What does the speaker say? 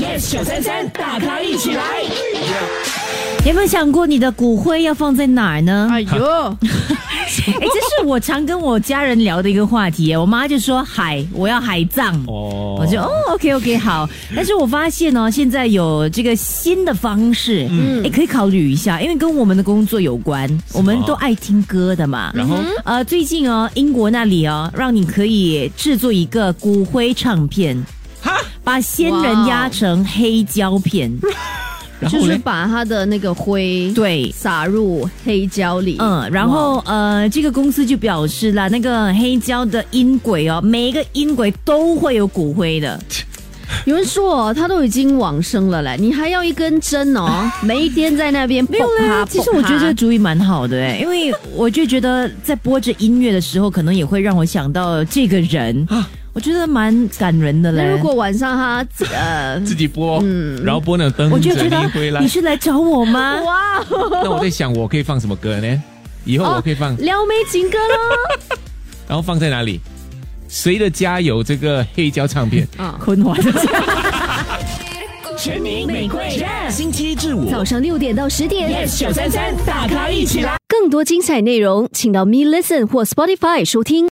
yes 九三三，大咖一起来。有没有想过你的骨灰要放在哪儿呢？ 哎呦，哎，这是我常跟我家人聊的一个话题。我妈就说海，我要海葬。哦我就哦，OK OK，好。 但是我发现哦，现在有这个新的方式，嗯，也可以考虑一下，因为跟我们的工作有关，我们都爱听歌的嘛。然后呃，最近哦，英国那里哦，让你可以制作一个骨灰唱片，哈，把先人哇压成黑胶片， 然就后是呢？把他的那个灰对。撒入黑胶里，嗯，然后呃，这个公司就表示了，那个黑胶的音轨哦，每一个音轨都会有骨灰的，有人说哦，他都已经往生了嘞，你还要一根 针哦，每一天在那边没没有啦，其实我觉得这个主意蛮好的、欸，因为我就觉得在播着音乐的时候，可能也会让我想到这个人，我觉得蛮感人的嘞。那如果晚上他 呃，自己播，然后播那灯，嗯我就觉整理回得来你。是来找我吗？ 哇哦，那我在想，我可以放什么歌呢？以后我可以啊放，撩妹情歌 喽，然后放在哪里？谁的家有这个黑胶唱片？哦坤华的全民玫瑰星期一至五早上六点到十点， yes 九三三，大咖一起来。更多精彩内容，请到 Me Listen 或 Spotify 收听。